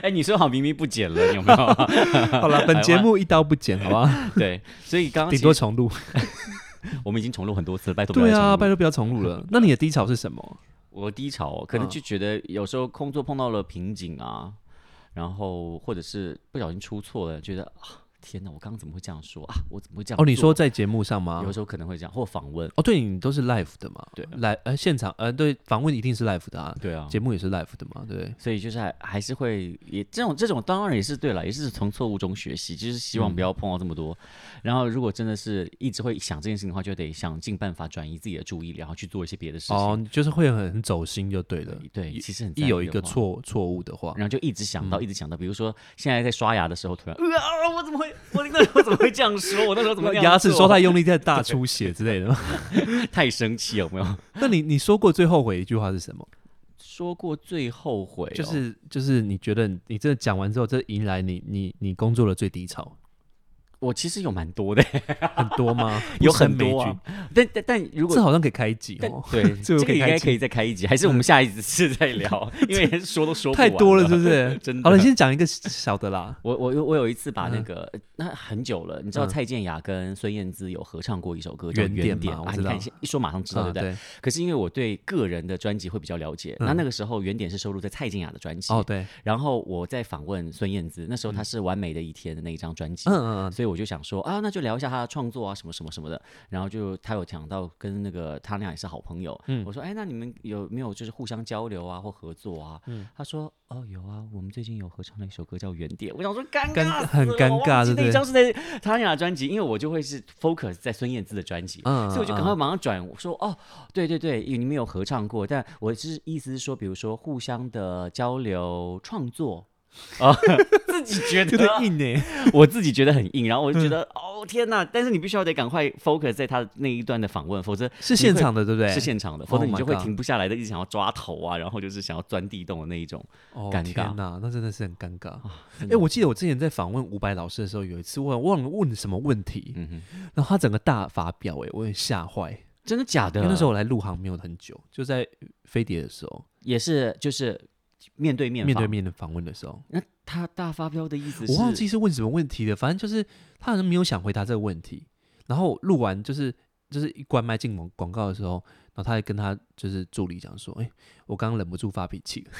[SPEAKER 2] 哎、你说好明明不剪了，你有没有？ (laughs)
[SPEAKER 1] 好了，本节目一刀不剪，好吧？
[SPEAKER 2] 对，所以刚刚
[SPEAKER 1] 顶
[SPEAKER 2] 其
[SPEAKER 1] 多
[SPEAKER 2] 实
[SPEAKER 1] 重
[SPEAKER 2] (laughs)
[SPEAKER 1] 录。
[SPEAKER 2] 我们已经重录很多次了，拜托不要
[SPEAKER 1] 对
[SPEAKER 2] 再重
[SPEAKER 1] 啊，
[SPEAKER 2] 录
[SPEAKER 1] 拜托不要重录
[SPEAKER 2] (laughs)
[SPEAKER 1] 了。那你的低潮是什么？
[SPEAKER 2] 我低潮，哦
[SPEAKER 1] 嗯
[SPEAKER 2] 可能就觉得有时候工作碰到了瓶颈啊，然后或者是不小心出错了，觉得啊，天哪，我刚刚怎么会这样说啊？我怎么会这样
[SPEAKER 1] 哦，你
[SPEAKER 2] 做
[SPEAKER 1] 说在节目上吗
[SPEAKER 2] 有？时候可能会这样，或访问。
[SPEAKER 1] 哦，对，你都是 live 的嘛？
[SPEAKER 2] 对啊
[SPEAKER 1] 来呃现场呃对访问一定是 live 的啊，
[SPEAKER 2] 对啊，
[SPEAKER 1] 节目也是 live 的嘛，对。
[SPEAKER 2] 所以就是还还是会也这种这种当然也是对了，也是从错误中学习，就是希望不要碰到这么多。然后如果真的是一直会想这件事情的话，就得想尽办法转移自己的注意力，然后去做一些别的事情。
[SPEAKER 1] 哦，你就是会很很走心就对了。
[SPEAKER 2] 对，
[SPEAKER 1] 一
[SPEAKER 2] 其实很在
[SPEAKER 1] 一
[SPEAKER 2] 意
[SPEAKER 1] 有
[SPEAKER 2] 的
[SPEAKER 1] 一个
[SPEAKER 2] 话。
[SPEAKER 1] 错错误的话，
[SPEAKER 2] 然后就一直想到，一直想到，比如说现在在刷牙的时候，突然，呃啊，我怎么会， (laughs) 我那时候怎么会这样说？我那时候怎么那样
[SPEAKER 1] 牙齿
[SPEAKER 2] 做
[SPEAKER 1] 刷
[SPEAKER 2] (laughs)
[SPEAKER 1] 太用力，在大出血之类的吗？
[SPEAKER 2] 太生气，有没有？
[SPEAKER 1] 那你你说过最后悔一句话是什么？
[SPEAKER 2] 说过最后悔哦、
[SPEAKER 1] 就是就是你觉得你你这讲完之后，这迎来你你你工作的最低潮。
[SPEAKER 2] 我其实有蛮多的，
[SPEAKER 1] 很多
[SPEAKER 2] (laughs)
[SPEAKER 1] 吗？
[SPEAKER 2] 有
[SPEAKER 1] 不胜
[SPEAKER 2] 很
[SPEAKER 1] 枚
[SPEAKER 2] 多啊
[SPEAKER 1] 举，
[SPEAKER 2] 但但但如果
[SPEAKER 1] 这好像可以开一集
[SPEAKER 2] 但
[SPEAKER 1] 哦， (laughs)
[SPEAKER 2] 对，
[SPEAKER 1] 这
[SPEAKER 2] 这
[SPEAKER 1] 个
[SPEAKER 2] 个
[SPEAKER 1] 可以
[SPEAKER 2] 应
[SPEAKER 1] 开
[SPEAKER 2] 该
[SPEAKER 1] 一
[SPEAKER 2] 可以再开一集，还是我们下一次再聊，
[SPEAKER 1] (laughs)
[SPEAKER 2] 因为说都说不
[SPEAKER 1] 太
[SPEAKER 2] 完
[SPEAKER 1] 多
[SPEAKER 2] 了？
[SPEAKER 1] 了，是不是
[SPEAKER 2] (laughs) 真的
[SPEAKER 1] 好了，你先讲一个小的
[SPEAKER 2] (laughs)
[SPEAKER 1] 啦。
[SPEAKER 2] 我我有我有一次把那
[SPEAKER 1] 嗯
[SPEAKER 2] 个、呃那很久了，你知道
[SPEAKER 1] 嗯
[SPEAKER 2] 蔡健雅跟孙燕姿有合唱过一首歌叫《
[SPEAKER 1] 原
[SPEAKER 2] 原
[SPEAKER 1] 点
[SPEAKER 2] 点》
[SPEAKER 1] 嘛我
[SPEAKER 2] 啊，
[SPEAKER 1] 知
[SPEAKER 2] 你看
[SPEAKER 1] 道
[SPEAKER 2] 一一说马上知道、
[SPEAKER 1] 啊
[SPEAKER 2] 对不对？
[SPEAKER 1] 对，嗯
[SPEAKER 2] 可是因为我对个人的专辑会比较了解，那那个时候《原点》是收录在蔡健雅的专辑，
[SPEAKER 1] 哦对，
[SPEAKER 2] 然后我在访问孙燕姿，那时候她是《完美的一天》的那一张专
[SPEAKER 1] 嗯
[SPEAKER 2] 辑，
[SPEAKER 1] 嗯嗯，
[SPEAKER 2] 所以我就想说啊，那就聊一下他的创作啊，什么什么什么的。然后就他有讲到跟那个他俩也是好朋友，
[SPEAKER 1] 嗯
[SPEAKER 2] 我说哎，那你们有没有就是互相交流啊或合作啊？
[SPEAKER 1] 嗯
[SPEAKER 2] 他说哦有啊，我们最近有合唱了一首歌叫《原点》，我想说尴
[SPEAKER 1] 尴
[SPEAKER 2] 尬死了，
[SPEAKER 1] 很尴
[SPEAKER 2] 我
[SPEAKER 1] 尬
[SPEAKER 2] 忘
[SPEAKER 1] 对
[SPEAKER 2] 记
[SPEAKER 1] 不
[SPEAKER 2] 那
[SPEAKER 1] 对
[SPEAKER 2] 一张是在他俩的专辑，因为我就会是 focus 在孙燕姿的专辑，
[SPEAKER 1] 嗯
[SPEAKER 2] 所以我就赶快马上转，我说哦，对对对，你们有合唱过，但我是意思是说，比如说互相的交流创作。
[SPEAKER 1] 哦
[SPEAKER 2] 啊， (laughs) 自己觉得
[SPEAKER 1] 有点硬欸呢。 (laughs)
[SPEAKER 2] 我自己觉得很硬，然后我就觉得、哦天哪！但是你必须要得赶快 focus 在他那一段的访问，否则
[SPEAKER 1] 是现场的，对不对？
[SPEAKER 2] 是现场的，
[SPEAKER 1] Oh
[SPEAKER 2] 否则你就会
[SPEAKER 1] my God
[SPEAKER 2] 停不下来的，一直想要抓头啊，然后就是想要钻地洞的那一种。
[SPEAKER 1] 哦，
[SPEAKER 2] 尴尬啊
[SPEAKER 1] 天哪，那真的是很尴尬。
[SPEAKER 2] 真
[SPEAKER 1] 哎、
[SPEAKER 2] 的
[SPEAKER 1] 我记得我之前在访问伍佰老师的时候，有一次我忘了问什么问题，
[SPEAKER 2] 嗯哼，
[SPEAKER 1] 然后他整个大发表、哎，我有点吓坏，
[SPEAKER 2] 真的假的
[SPEAKER 1] 因为？那时候我来陆航没有很久，就在飞碟的时候，
[SPEAKER 2] 也是就是面对面
[SPEAKER 1] 面对
[SPEAKER 2] 访。
[SPEAKER 1] 面的访问的时候，
[SPEAKER 2] 那他大发飙的意思是，
[SPEAKER 1] 我忘记是问什么问题了，反正就是他好像没有想回答这个问题，然后录完就是就是一关麦进广广告的时候，然后他还跟他就是助理讲说，哎、我刚刚忍不住发脾气
[SPEAKER 2] (laughs)
[SPEAKER 1] 了，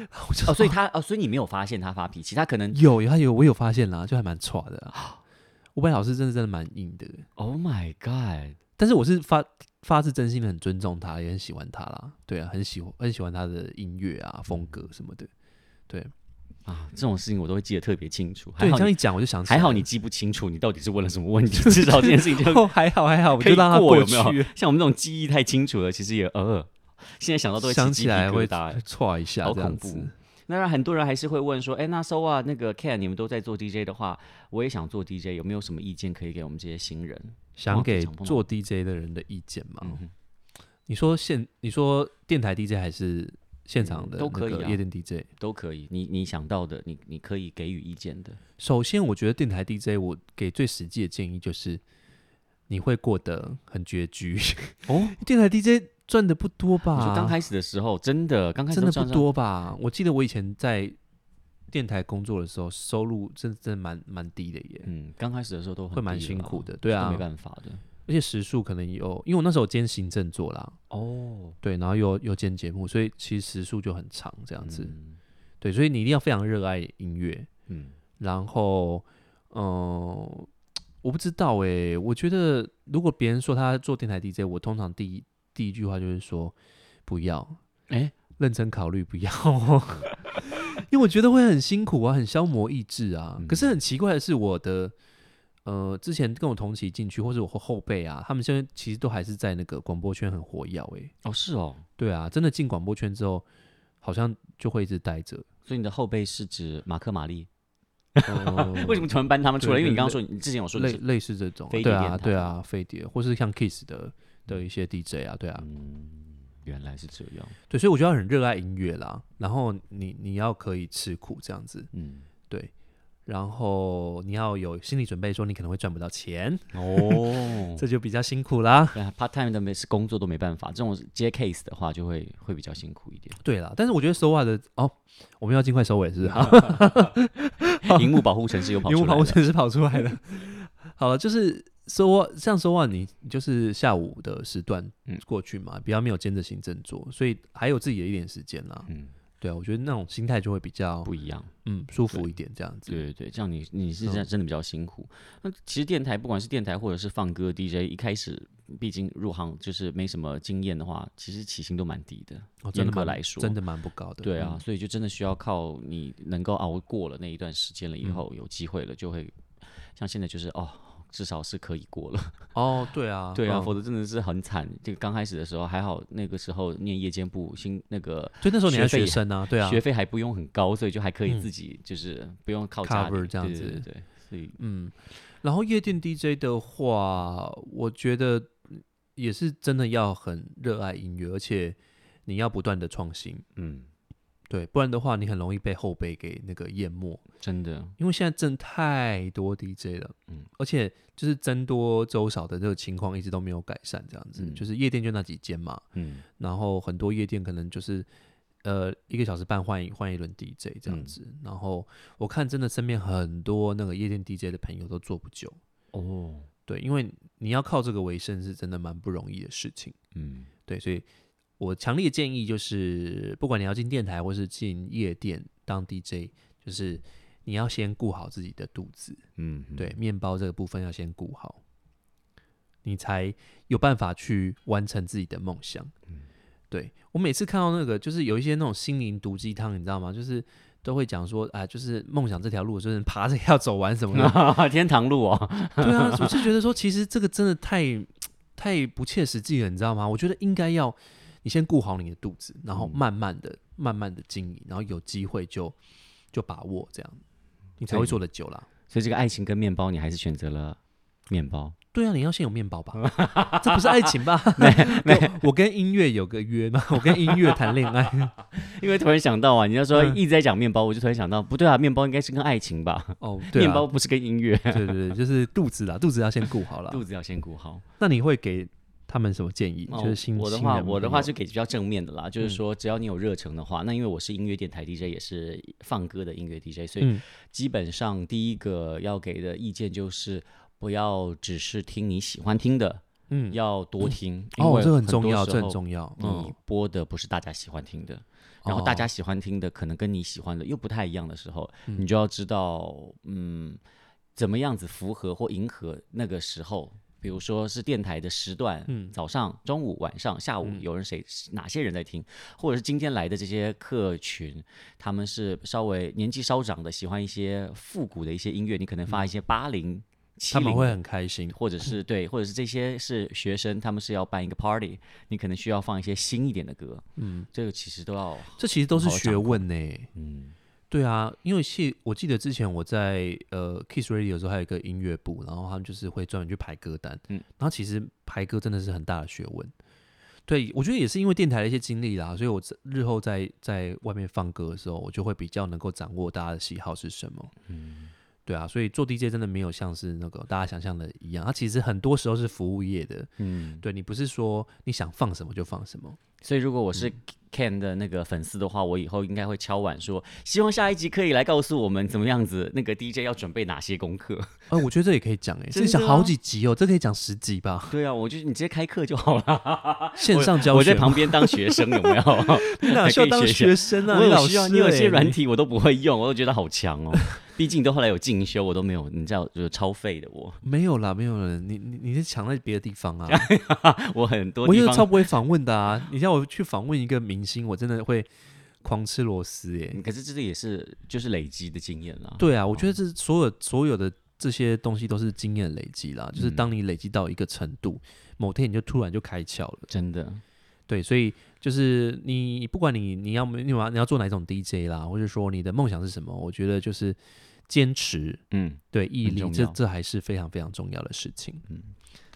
[SPEAKER 1] 然后我就
[SPEAKER 2] 哦，所以他哦，所以你没有发现他发脾气，他可能
[SPEAKER 1] 有有他有我有发现啦，就还蛮差的、啊。伍佰老师真的真的蛮硬的，
[SPEAKER 2] Oh my God，
[SPEAKER 1] 但是我是发发自真心的很尊重他，也很喜欢他啦。对啊，很喜欢很喜欢他的音乐啊、风格什么的。
[SPEAKER 2] 啊，这种事情我都会记得特别清楚。还
[SPEAKER 1] 对，
[SPEAKER 2] 好
[SPEAKER 1] 这样
[SPEAKER 2] 你
[SPEAKER 1] 一讲我就想起来
[SPEAKER 2] 还
[SPEAKER 1] 了
[SPEAKER 2] 好你记不清楚，你到底是问了什么问题，至少这件事情就
[SPEAKER 1] (laughs) 哦，还好还好，我
[SPEAKER 2] 可
[SPEAKER 1] 就
[SPEAKER 2] 以
[SPEAKER 1] 让他
[SPEAKER 2] 过有
[SPEAKER 1] 去 (laughs)
[SPEAKER 2] 没有，像我们这种记忆太清楚了，其实也呃，现在想到都会
[SPEAKER 1] 想
[SPEAKER 2] 起
[SPEAKER 1] 起
[SPEAKER 2] 鸡皮
[SPEAKER 1] 来
[SPEAKER 2] 疙
[SPEAKER 1] 会
[SPEAKER 2] 瘩欸。
[SPEAKER 1] 错一下
[SPEAKER 2] 好
[SPEAKER 1] 这样
[SPEAKER 2] 恐怖
[SPEAKER 1] 子。
[SPEAKER 2] 那很多人还是会问说，哎，那 So 啊，那个 Ken，你们都在做 DJ 的话，我也想做 DJ，有没有什么意见可以给我们这些新人？
[SPEAKER 1] 想给
[SPEAKER 2] 常碰到
[SPEAKER 1] 做 DJ 的人的意见嘛？
[SPEAKER 2] 嗯哼，
[SPEAKER 1] 你说现你说电台 DJ 还是现场的
[SPEAKER 2] 都可以
[SPEAKER 1] 那个
[SPEAKER 2] 啊
[SPEAKER 1] 夜店 DJ？、
[SPEAKER 2] 都可以，你你想到的，你你可以给予意见的。
[SPEAKER 1] 首先，我觉得电台 DJ 我给最实际的建议就是，你会过得很拮据哦。 (laughs) 电台 DJ 赚的不多
[SPEAKER 2] 你说
[SPEAKER 1] 吧？
[SPEAKER 2] 刚开始的时候，真的刚开始
[SPEAKER 1] 真的
[SPEAKER 2] 都
[SPEAKER 1] 不
[SPEAKER 2] 这样，
[SPEAKER 1] 多吧？我记得我以前在电台工作的时候，收入真真的蛮蛮低的耶，
[SPEAKER 2] 嗯，刚开始的时候都很
[SPEAKER 1] 会蛮
[SPEAKER 2] 低了
[SPEAKER 1] 辛
[SPEAKER 2] 啦
[SPEAKER 1] 苦的对
[SPEAKER 2] 都
[SPEAKER 1] 啊
[SPEAKER 2] 没办法的。
[SPEAKER 1] 而且时数可能有，因为我那时候兼行政做啦，
[SPEAKER 2] 哦，
[SPEAKER 1] 对，然后又又兼节目，所以其实时数就很长这
[SPEAKER 2] 这
[SPEAKER 1] 样子。对，所以你一定要非常热爱音乐，
[SPEAKER 2] 嗯，
[SPEAKER 1] 然后，嗯、我不知道诶、我觉得如果别人说他做电台 DJ，我通常第一第一句话就是说不要，
[SPEAKER 2] 哎，
[SPEAKER 1] 认真考虑不要 (laughs) 哦，因为我觉得会很辛苦啊，很消磨意志啊。
[SPEAKER 2] 嗯
[SPEAKER 1] 可是很奇怪的是，我的呃之前跟我同期进去，或者我后后辈啊，他们现在其实都还是在那个广播圈很活跃诶、
[SPEAKER 2] 哦是哦，
[SPEAKER 1] 对啊，真的进广播圈之后，好像就会一直待
[SPEAKER 2] (laughs)
[SPEAKER 1] 着。
[SPEAKER 2] 所以你的后辈是指马克玛丽？
[SPEAKER 1] 呃
[SPEAKER 2] 为什么突然搬他们出来？
[SPEAKER 1] 对
[SPEAKER 2] 因为你
[SPEAKER 1] 对
[SPEAKER 2] 刚刚说你之前有说你
[SPEAKER 1] 类
[SPEAKER 2] 是
[SPEAKER 1] 类似这种啊、
[SPEAKER 2] 飞碟
[SPEAKER 1] 对
[SPEAKER 2] 电台嗯
[SPEAKER 1] 啊，对
[SPEAKER 2] 嘛
[SPEAKER 1] 啊，飞碟，或是像 Kiss 的的一些 DJ 啊，对
[SPEAKER 2] 嗯
[SPEAKER 1] 啊，
[SPEAKER 2] 原来是这样，
[SPEAKER 1] 对，所以我觉得很热爱音乐啦，然后你你要可以吃苦这样子，
[SPEAKER 2] 嗯，
[SPEAKER 1] 对，然后你要有心理准备，说你可能会赚不到钱，
[SPEAKER 2] (laughs) 哦
[SPEAKER 1] 这就比较辛苦啦。
[SPEAKER 2] 对啊，part time 的没是工作都没办法，这种接 case 的话就会会比较辛苦一 (laughs) 点。
[SPEAKER 1] 对啦，但是我觉得 So What 的哦，我们要尽快收尾是不是？好， (laughs)
[SPEAKER 2] 荧幕保护城市嗯又跑
[SPEAKER 1] 因为
[SPEAKER 2] 出来
[SPEAKER 1] 跑我
[SPEAKER 2] 了，
[SPEAKER 1] 真是跑出来了。 (laughs) 好了，就是 So What，像 So What，你你就是下午的时段
[SPEAKER 2] 嗯
[SPEAKER 1] 过去嘛，比较没有兼着行政做，所以还有自己的一点时间啦。
[SPEAKER 2] 嗯，
[SPEAKER 1] 对啊，我觉得那种心态就会比较
[SPEAKER 2] 不一样。
[SPEAKER 1] 嗯舒服一点，这样子。
[SPEAKER 2] 对对嗯对，这样你你是真真的比较辛苦。那其实电台不管是电台或者是放歌 DJ，一开始毕竟入行就是没什么经验的话，其实起薪都蛮低的，
[SPEAKER 1] 哦，真
[SPEAKER 2] 严
[SPEAKER 1] 的
[SPEAKER 2] 格
[SPEAKER 1] 蛮
[SPEAKER 2] 来说，
[SPEAKER 1] 真的蛮不高的。
[SPEAKER 2] 对啊，
[SPEAKER 1] 嗯，
[SPEAKER 2] 所以就真的需要靠你能够熬过了那一段时间了以
[SPEAKER 1] 嗯
[SPEAKER 2] 后，有机会了就会像现在就是哦，至少是可以过了。
[SPEAKER 1] 哦，对啊，
[SPEAKER 2] 对啊，
[SPEAKER 1] 嗯
[SPEAKER 2] 否则真的是很惨。这个刚开始的时候还好，那个时候念夜间部新那个
[SPEAKER 1] 对，那时候你还
[SPEAKER 2] 学费
[SPEAKER 1] 学生啊，对啊，
[SPEAKER 2] 学费还不用很高，所以就还可以
[SPEAKER 1] 嗯
[SPEAKER 2] 自己就是不用靠家里
[SPEAKER 1] Cover 这样
[SPEAKER 2] 对对
[SPEAKER 1] 子
[SPEAKER 2] 对对所以
[SPEAKER 1] 嗯，然后夜店 DJ 的话，我觉得也是真的要很热爱音乐，而且你要不断的创新。
[SPEAKER 2] 嗯，
[SPEAKER 1] 对，不然的话你很容易被后辈给那个淹没，
[SPEAKER 2] 真的，
[SPEAKER 1] 因为现在真的太多 DJ 了，
[SPEAKER 2] 嗯
[SPEAKER 1] 嗯，而且就是僧多粥少的这个情况一直都没有改善，这样子，
[SPEAKER 2] 嗯
[SPEAKER 1] 就是夜店就那几间嘛，
[SPEAKER 2] 嗯，
[SPEAKER 1] 然后很多夜店可能就是呃一个小时半换一换一轮 DJ 这样子，然后我看真的身边很多那个夜店 DJ 的朋友都做不久，
[SPEAKER 2] 哦，
[SPEAKER 1] 对，因为你要靠这个为生是真的蛮不容易的事情，
[SPEAKER 2] 嗯，
[SPEAKER 1] 对，所以我强烈建议就是不管你要进电台或是进夜店当 DJ，就是你要先顾好自己的肚子，
[SPEAKER 2] 嗯，嗯
[SPEAKER 1] 对，，面包这个部分要先顾好，你才有办法去完成自己的梦想。对我每次看到那个，就是有一些那种心灵毒鸡汤，你知道吗？就是都会讲说，啊，就是梦想这条路，就是 (laughs) 爬着要走完什么的。
[SPEAKER 2] (laughs) 天堂路哦， (laughs)
[SPEAKER 1] (laughs) 对啊，我是觉得说，其实这个真的太太不切实际了，你知道吗？我觉得应该要你先顾好你的肚子，然后慢慢的、慢慢的经营，然后有机会就就把握，这样你才会做得久啦。
[SPEAKER 2] 所以这个爱情跟面包，你还是选择了面包。
[SPEAKER 1] 对啊，你要先有面包吧， (laughs) 这不是爱情吧？没没， (laughs) 我跟音乐有个约嘛，我跟音乐谈恋爱。 (laughs)
[SPEAKER 2] 因为突然想到啊，你要说
[SPEAKER 1] 嗯
[SPEAKER 2] 一直在讲面包，我就突然想到，不对啊，面包应该是跟爱情吧？
[SPEAKER 1] 哦， (laughs) 对
[SPEAKER 2] 面
[SPEAKER 1] 啊
[SPEAKER 2] 包，不是跟音乐，
[SPEAKER 1] 对对对，就是肚子啦，肚子要先顾好啦。
[SPEAKER 2] 肚子要先顾好。
[SPEAKER 1] 那你会给他们什么建议？
[SPEAKER 2] 哦
[SPEAKER 1] 就是新
[SPEAKER 2] 我的
[SPEAKER 1] 新
[SPEAKER 2] 话，
[SPEAKER 1] 人嗯
[SPEAKER 2] 我的
[SPEAKER 1] 朋
[SPEAKER 2] 话
[SPEAKER 1] 友
[SPEAKER 2] 是给比较正面的啦，就是说只要你有热忱的话，那因为我是音乐电台 DJ，也是放歌的音乐 DJ，所以
[SPEAKER 1] 嗯
[SPEAKER 2] 基本上第一个要给的意见就是不要只是听你喜欢听的，
[SPEAKER 1] 嗯，
[SPEAKER 2] 要多听。因
[SPEAKER 1] 哦，
[SPEAKER 2] 为
[SPEAKER 1] 这很
[SPEAKER 2] 多
[SPEAKER 1] 重要，
[SPEAKER 2] 时
[SPEAKER 1] 这很
[SPEAKER 2] 候
[SPEAKER 1] 重要。嗯
[SPEAKER 2] 你，播的不是大家喜欢听的，
[SPEAKER 1] 哦
[SPEAKER 2] 然后大家喜欢听的可能跟你喜欢的又不太一样的时候，
[SPEAKER 1] 嗯
[SPEAKER 2] 你就要知道，嗯，怎么样子符合或迎合那个时候。比如说是电台的时段，
[SPEAKER 1] 嗯
[SPEAKER 2] 早上、中午、晚上、下午，有人谁、哪些人在听，或者是今天来的这些客群，他们是稍微年纪稍长的，喜欢一些复古的一些音乐，你可能发一些八零、七
[SPEAKER 1] 嗯他
[SPEAKER 2] 零
[SPEAKER 1] 们会很开心。
[SPEAKER 2] 或
[SPEAKER 1] (laughs)
[SPEAKER 2] 者是对，或者是这些是学生，他们是要办一个 party，你可能需要放一些新一点的歌，嗯，这个其实都要，
[SPEAKER 1] 这其实都是
[SPEAKER 2] 好好
[SPEAKER 1] 学
[SPEAKER 2] 掌
[SPEAKER 1] 问呢、
[SPEAKER 2] 嗯
[SPEAKER 1] 对啊，因为是我记得之前我在呃 Kiss Radio 的时候，还有一个音乐部，然后他们就是会专门去排歌单，
[SPEAKER 2] 嗯
[SPEAKER 1] 然后其实排歌真的是很大的学问。对，我觉得也是因为电台的一些经历啦，所以我在日后在在外面放歌的时候，我就会比较能够掌握大家的喜好是什么。
[SPEAKER 2] 嗯，
[SPEAKER 1] 对啊，所以做 DJ 真的没有像是那个大家想象的一样，它其实很多时候是服务业的。
[SPEAKER 2] 嗯，
[SPEAKER 1] 对你不是说你想放什么就放什么，
[SPEAKER 2] 所以如果我是 Ken 的那个粉丝的话，我以后应该会敲碗说，希望下一集可以来告诉我们怎么样子，那个 DJ 要准备哪些功课。
[SPEAKER 1] 哎、我觉得这也可以讲哎、
[SPEAKER 2] 真
[SPEAKER 1] 这
[SPEAKER 2] 的
[SPEAKER 1] 讲好
[SPEAKER 2] 啊
[SPEAKER 1] 几集哦，这可以讲十集吧，
[SPEAKER 2] 对啊，我就你直接开课就好 (laughs) 了，
[SPEAKER 1] 线上教学
[SPEAKER 2] 我在
[SPEAKER 1] 嘛 (laughs)
[SPEAKER 2] 旁边当学生有 (laughs) 没有？
[SPEAKER 1] 哪
[SPEAKER 2] 还
[SPEAKER 1] 需要
[SPEAKER 2] 可以
[SPEAKER 1] 当
[SPEAKER 2] 学一下
[SPEAKER 1] 学生啊？
[SPEAKER 2] 我有
[SPEAKER 1] 老
[SPEAKER 2] 需要，
[SPEAKER 1] 师
[SPEAKER 2] 你有
[SPEAKER 1] 欸
[SPEAKER 2] 些软体我都不会用，我都觉得好强哦。毕竟都后来有进修，我都没有，你知道，就是超废的我， (laughs)
[SPEAKER 1] 没有啦，没有人，你你你是抢在别的地方啊！
[SPEAKER 2] 我很多
[SPEAKER 1] 我就
[SPEAKER 2] 地
[SPEAKER 1] 是超
[SPEAKER 2] 方。
[SPEAKER 1] 不会访问的啊！你叫我去访问一个明星，我真的会狂吃螺丝耶、
[SPEAKER 2] 嗯可是这个也是就是累积的经验啦。
[SPEAKER 1] 对啊，我觉得这所有所有的这些东西都是经验累积啦，
[SPEAKER 2] 嗯
[SPEAKER 1] 就是当你累积到一个程度，某天你就突然就开窍了。
[SPEAKER 2] 真的，
[SPEAKER 1] 对，所以就是你不管你你要你要你要做哪一种 DJ 啦，或者说你的梦想是什么，我觉得就是坚持，
[SPEAKER 2] 嗯，
[SPEAKER 1] 对毅
[SPEAKER 2] 很
[SPEAKER 1] 力，
[SPEAKER 2] 重
[SPEAKER 1] 这
[SPEAKER 2] 要
[SPEAKER 1] 这还是非常非常重要的事情。
[SPEAKER 2] 嗯
[SPEAKER 1] 嗯，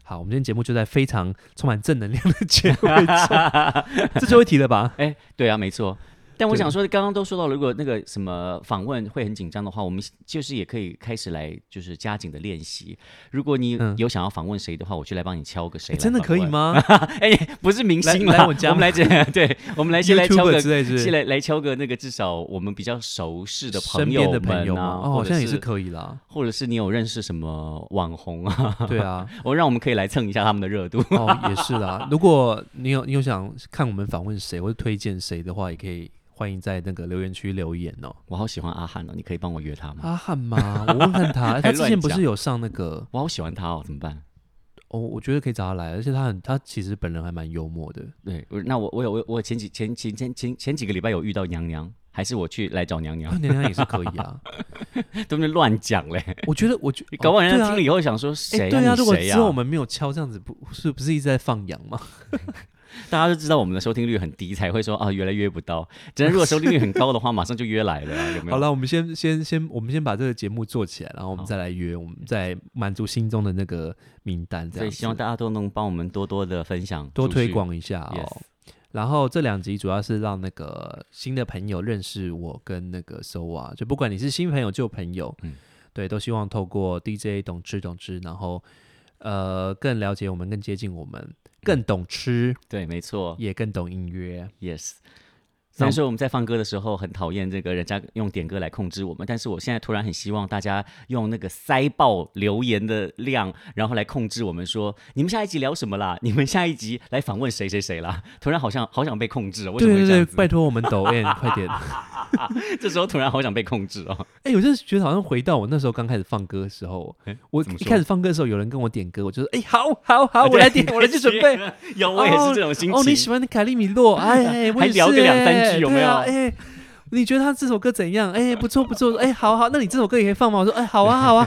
[SPEAKER 1] 好，我们今天节目就在非常充满正能量的结尾中，这最后一题了
[SPEAKER 2] (laughs)
[SPEAKER 1] 吧？
[SPEAKER 2] 哎，对啊，没错。但我
[SPEAKER 1] 对
[SPEAKER 2] 想说，刚刚都说到了，如果那个什么访问会很紧张的话，我们就是也可以开始来就是加紧的练习。如果你
[SPEAKER 1] 嗯
[SPEAKER 2] 有想要访问谁的话，我就来帮你敲个谁
[SPEAKER 1] 哎，
[SPEAKER 2] 来、
[SPEAKER 1] 真的可以？吗
[SPEAKER 2] (laughs) 哎，不是明星
[SPEAKER 1] 来
[SPEAKER 2] 啦
[SPEAKER 1] 来我家
[SPEAKER 2] 们来这， (laughs) 对，我们来先来敲个
[SPEAKER 1] ？YouTube 之类之
[SPEAKER 2] 先
[SPEAKER 1] 类
[SPEAKER 2] 来来敲个那个，至少我们比较熟识的
[SPEAKER 1] 身
[SPEAKER 2] 朋
[SPEAKER 1] 边
[SPEAKER 2] 友
[SPEAKER 1] 的朋
[SPEAKER 2] 们
[SPEAKER 1] 友吗？
[SPEAKER 2] 啊，
[SPEAKER 1] 哦，
[SPEAKER 2] 或
[SPEAKER 1] 好
[SPEAKER 2] 者
[SPEAKER 1] 像也是可以啦。
[SPEAKER 2] 或者是你有认识什么网红啊？ (laughs)
[SPEAKER 1] 对啊，
[SPEAKER 2] 我让我们可以来蹭一下他们的热度。
[SPEAKER 1] 哦，也是啦。如果你有你有想看我们访问谁或者推荐谁的话，也可以欢迎在那个留言区留言哦。
[SPEAKER 2] 我好喜欢阿汉哦，你可以帮我约他吗？
[SPEAKER 1] 阿汉吗？我问看
[SPEAKER 2] (laughs)
[SPEAKER 1] 他，哎他
[SPEAKER 2] 还
[SPEAKER 1] 之
[SPEAKER 2] 乱
[SPEAKER 1] 前不是
[SPEAKER 2] 讲
[SPEAKER 1] 有上那个？
[SPEAKER 2] 我好喜欢他哦，怎么办？
[SPEAKER 1] 哦，我觉得可以找他来，而且他很他其实本人还蛮幽默
[SPEAKER 2] (laughs)
[SPEAKER 1] 的。
[SPEAKER 2] 对，我那我我有我我前几前前前前前几个礼拜有遇到娘娘，还是我去来找娘娘 (laughs)
[SPEAKER 1] 啊，，娘娘也是可以啊。
[SPEAKER 2] 对不对？乱讲嘞，
[SPEAKER 1] 我觉得，我觉
[SPEAKER 2] 搞不好人
[SPEAKER 1] 哦对
[SPEAKER 2] 家
[SPEAKER 1] 啊
[SPEAKER 2] 听了以后想说谁
[SPEAKER 1] 哎对
[SPEAKER 2] 啊？你
[SPEAKER 1] 如果
[SPEAKER 2] 谁
[SPEAKER 1] 之
[SPEAKER 2] 呀
[SPEAKER 1] 后我们没有敲这样子，不是不是一直在放羊吗？
[SPEAKER 2] 大家都知道我们的收听率很低，才会说啊，原来约不到。真的，如果收听率很高的话，马上就约来了啊，有没有？
[SPEAKER 1] 好了，我们先先先，我们先把这个节目做起来，然后我们
[SPEAKER 2] 好
[SPEAKER 1] 再来约，我们再满足心中的那个名单，这
[SPEAKER 2] 所
[SPEAKER 1] 样
[SPEAKER 2] 以
[SPEAKER 1] 子
[SPEAKER 2] 希望大家都能帮我们多多的分享，
[SPEAKER 1] 多推。广一下哦。
[SPEAKER 2] Yes
[SPEAKER 1] 然后这两集主要是让那个新的朋友认识我跟那个 Soa，就不管你是新朋友旧朋友，
[SPEAKER 2] 嗯
[SPEAKER 1] 对，都希望透过 DJ 懂吃懂吃，然后呃更了解我们，更接近我
[SPEAKER 2] 嗯
[SPEAKER 1] 们，更懂吃，
[SPEAKER 2] 对，没错
[SPEAKER 1] 也更懂音乐。
[SPEAKER 2] ，yes。虽然说我们在放歌的时候很讨厌这个人家用点歌来控制我们，但是我现在突然很希望大家用那个塞爆留言的量，然后来控制我们说你们下一集聊什么啦，你们下一集来访问谁谁谁啦。 (laughs) 突然好像好想被控制哦，为什
[SPEAKER 1] 对
[SPEAKER 2] 么会
[SPEAKER 1] 对
[SPEAKER 2] 这
[SPEAKER 1] 对，
[SPEAKER 2] 样子？ (laughs)
[SPEAKER 1] 拜托我们抖 N 快点！
[SPEAKER 2] 这时候突然好想被控制
[SPEAKER 1] (laughs)
[SPEAKER 2] 哦。
[SPEAKER 1] 哎、我真的觉得好像回到我那时候刚开始放歌的时
[SPEAKER 2] (laughs)
[SPEAKER 1] 候，我
[SPEAKER 2] 哎怎么
[SPEAKER 1] 一
[SPEAKER 2] 说
[SPEAKER 1] 开始放歌的时候，有人跟我点歌，我就说哎、好好好，我来点，我来去准备。。
[SPEAKER 2] 有，我也是这种心情。
[SPEAKER 1] 哦，你喜欢的凯利米
[SPEAKER 2] (laughs)
[SPEAKER 1] 洛，哎，我也是
[SPEAKER 2] 聊个两三
[SPEAKER 1] 哎
[SPEAKER 2] 句有
[SPEAKER 1] 对
[SPEAKER 2] 没有
[SPEAKER 1] 啊哎、你觉得他这首歌怎样？哎、不错不错，哎、好好，那你这首歌也可以放吗？我说，哎、好
[SPEAKER 2] (laughs)
[SPEAKER 1] 啊好啊。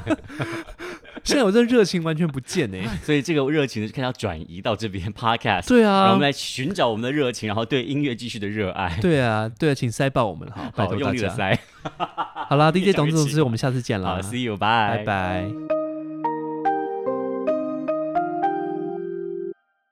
[SPEAKER 1] 现在我这热情完全不见哎、
[SPEAKER 2] (laughs) 所以这个热情呢，就看要转移到这边 podcast，、
[SPEAKER 1] 对
[SPEAKER 2] 然后我
[SPEAKER 1] 啊
[SPEAKER 2] 们，来寻找我们的热情，然后对音乐继续的热爱。
[SPEAKER 1] 对啊，对啊，请塞爆我们好，拜
[SPEAKER 2] 好，
[SPEAKER 1] 托
[SPEAKER 2] 用
[SPEAKER 1] 大
[SPEAKER 2] 力的
[SPEAKER 1] 家。
[SPEAKER 2] 塞。 (laughs)
[SPEAKER 1] 好啦，DJ
[SPEAKER 2] 讲
[SPEAKER 1] 董
[SPEAKER 2] 一
[SPEAKER 1] 总
[SPEAKER 2] 起
[SPEAKER 1] 之，我们下次见啦
[SPEAKER 2] 好，，See you，
[SPEAKER 1] 拜拜。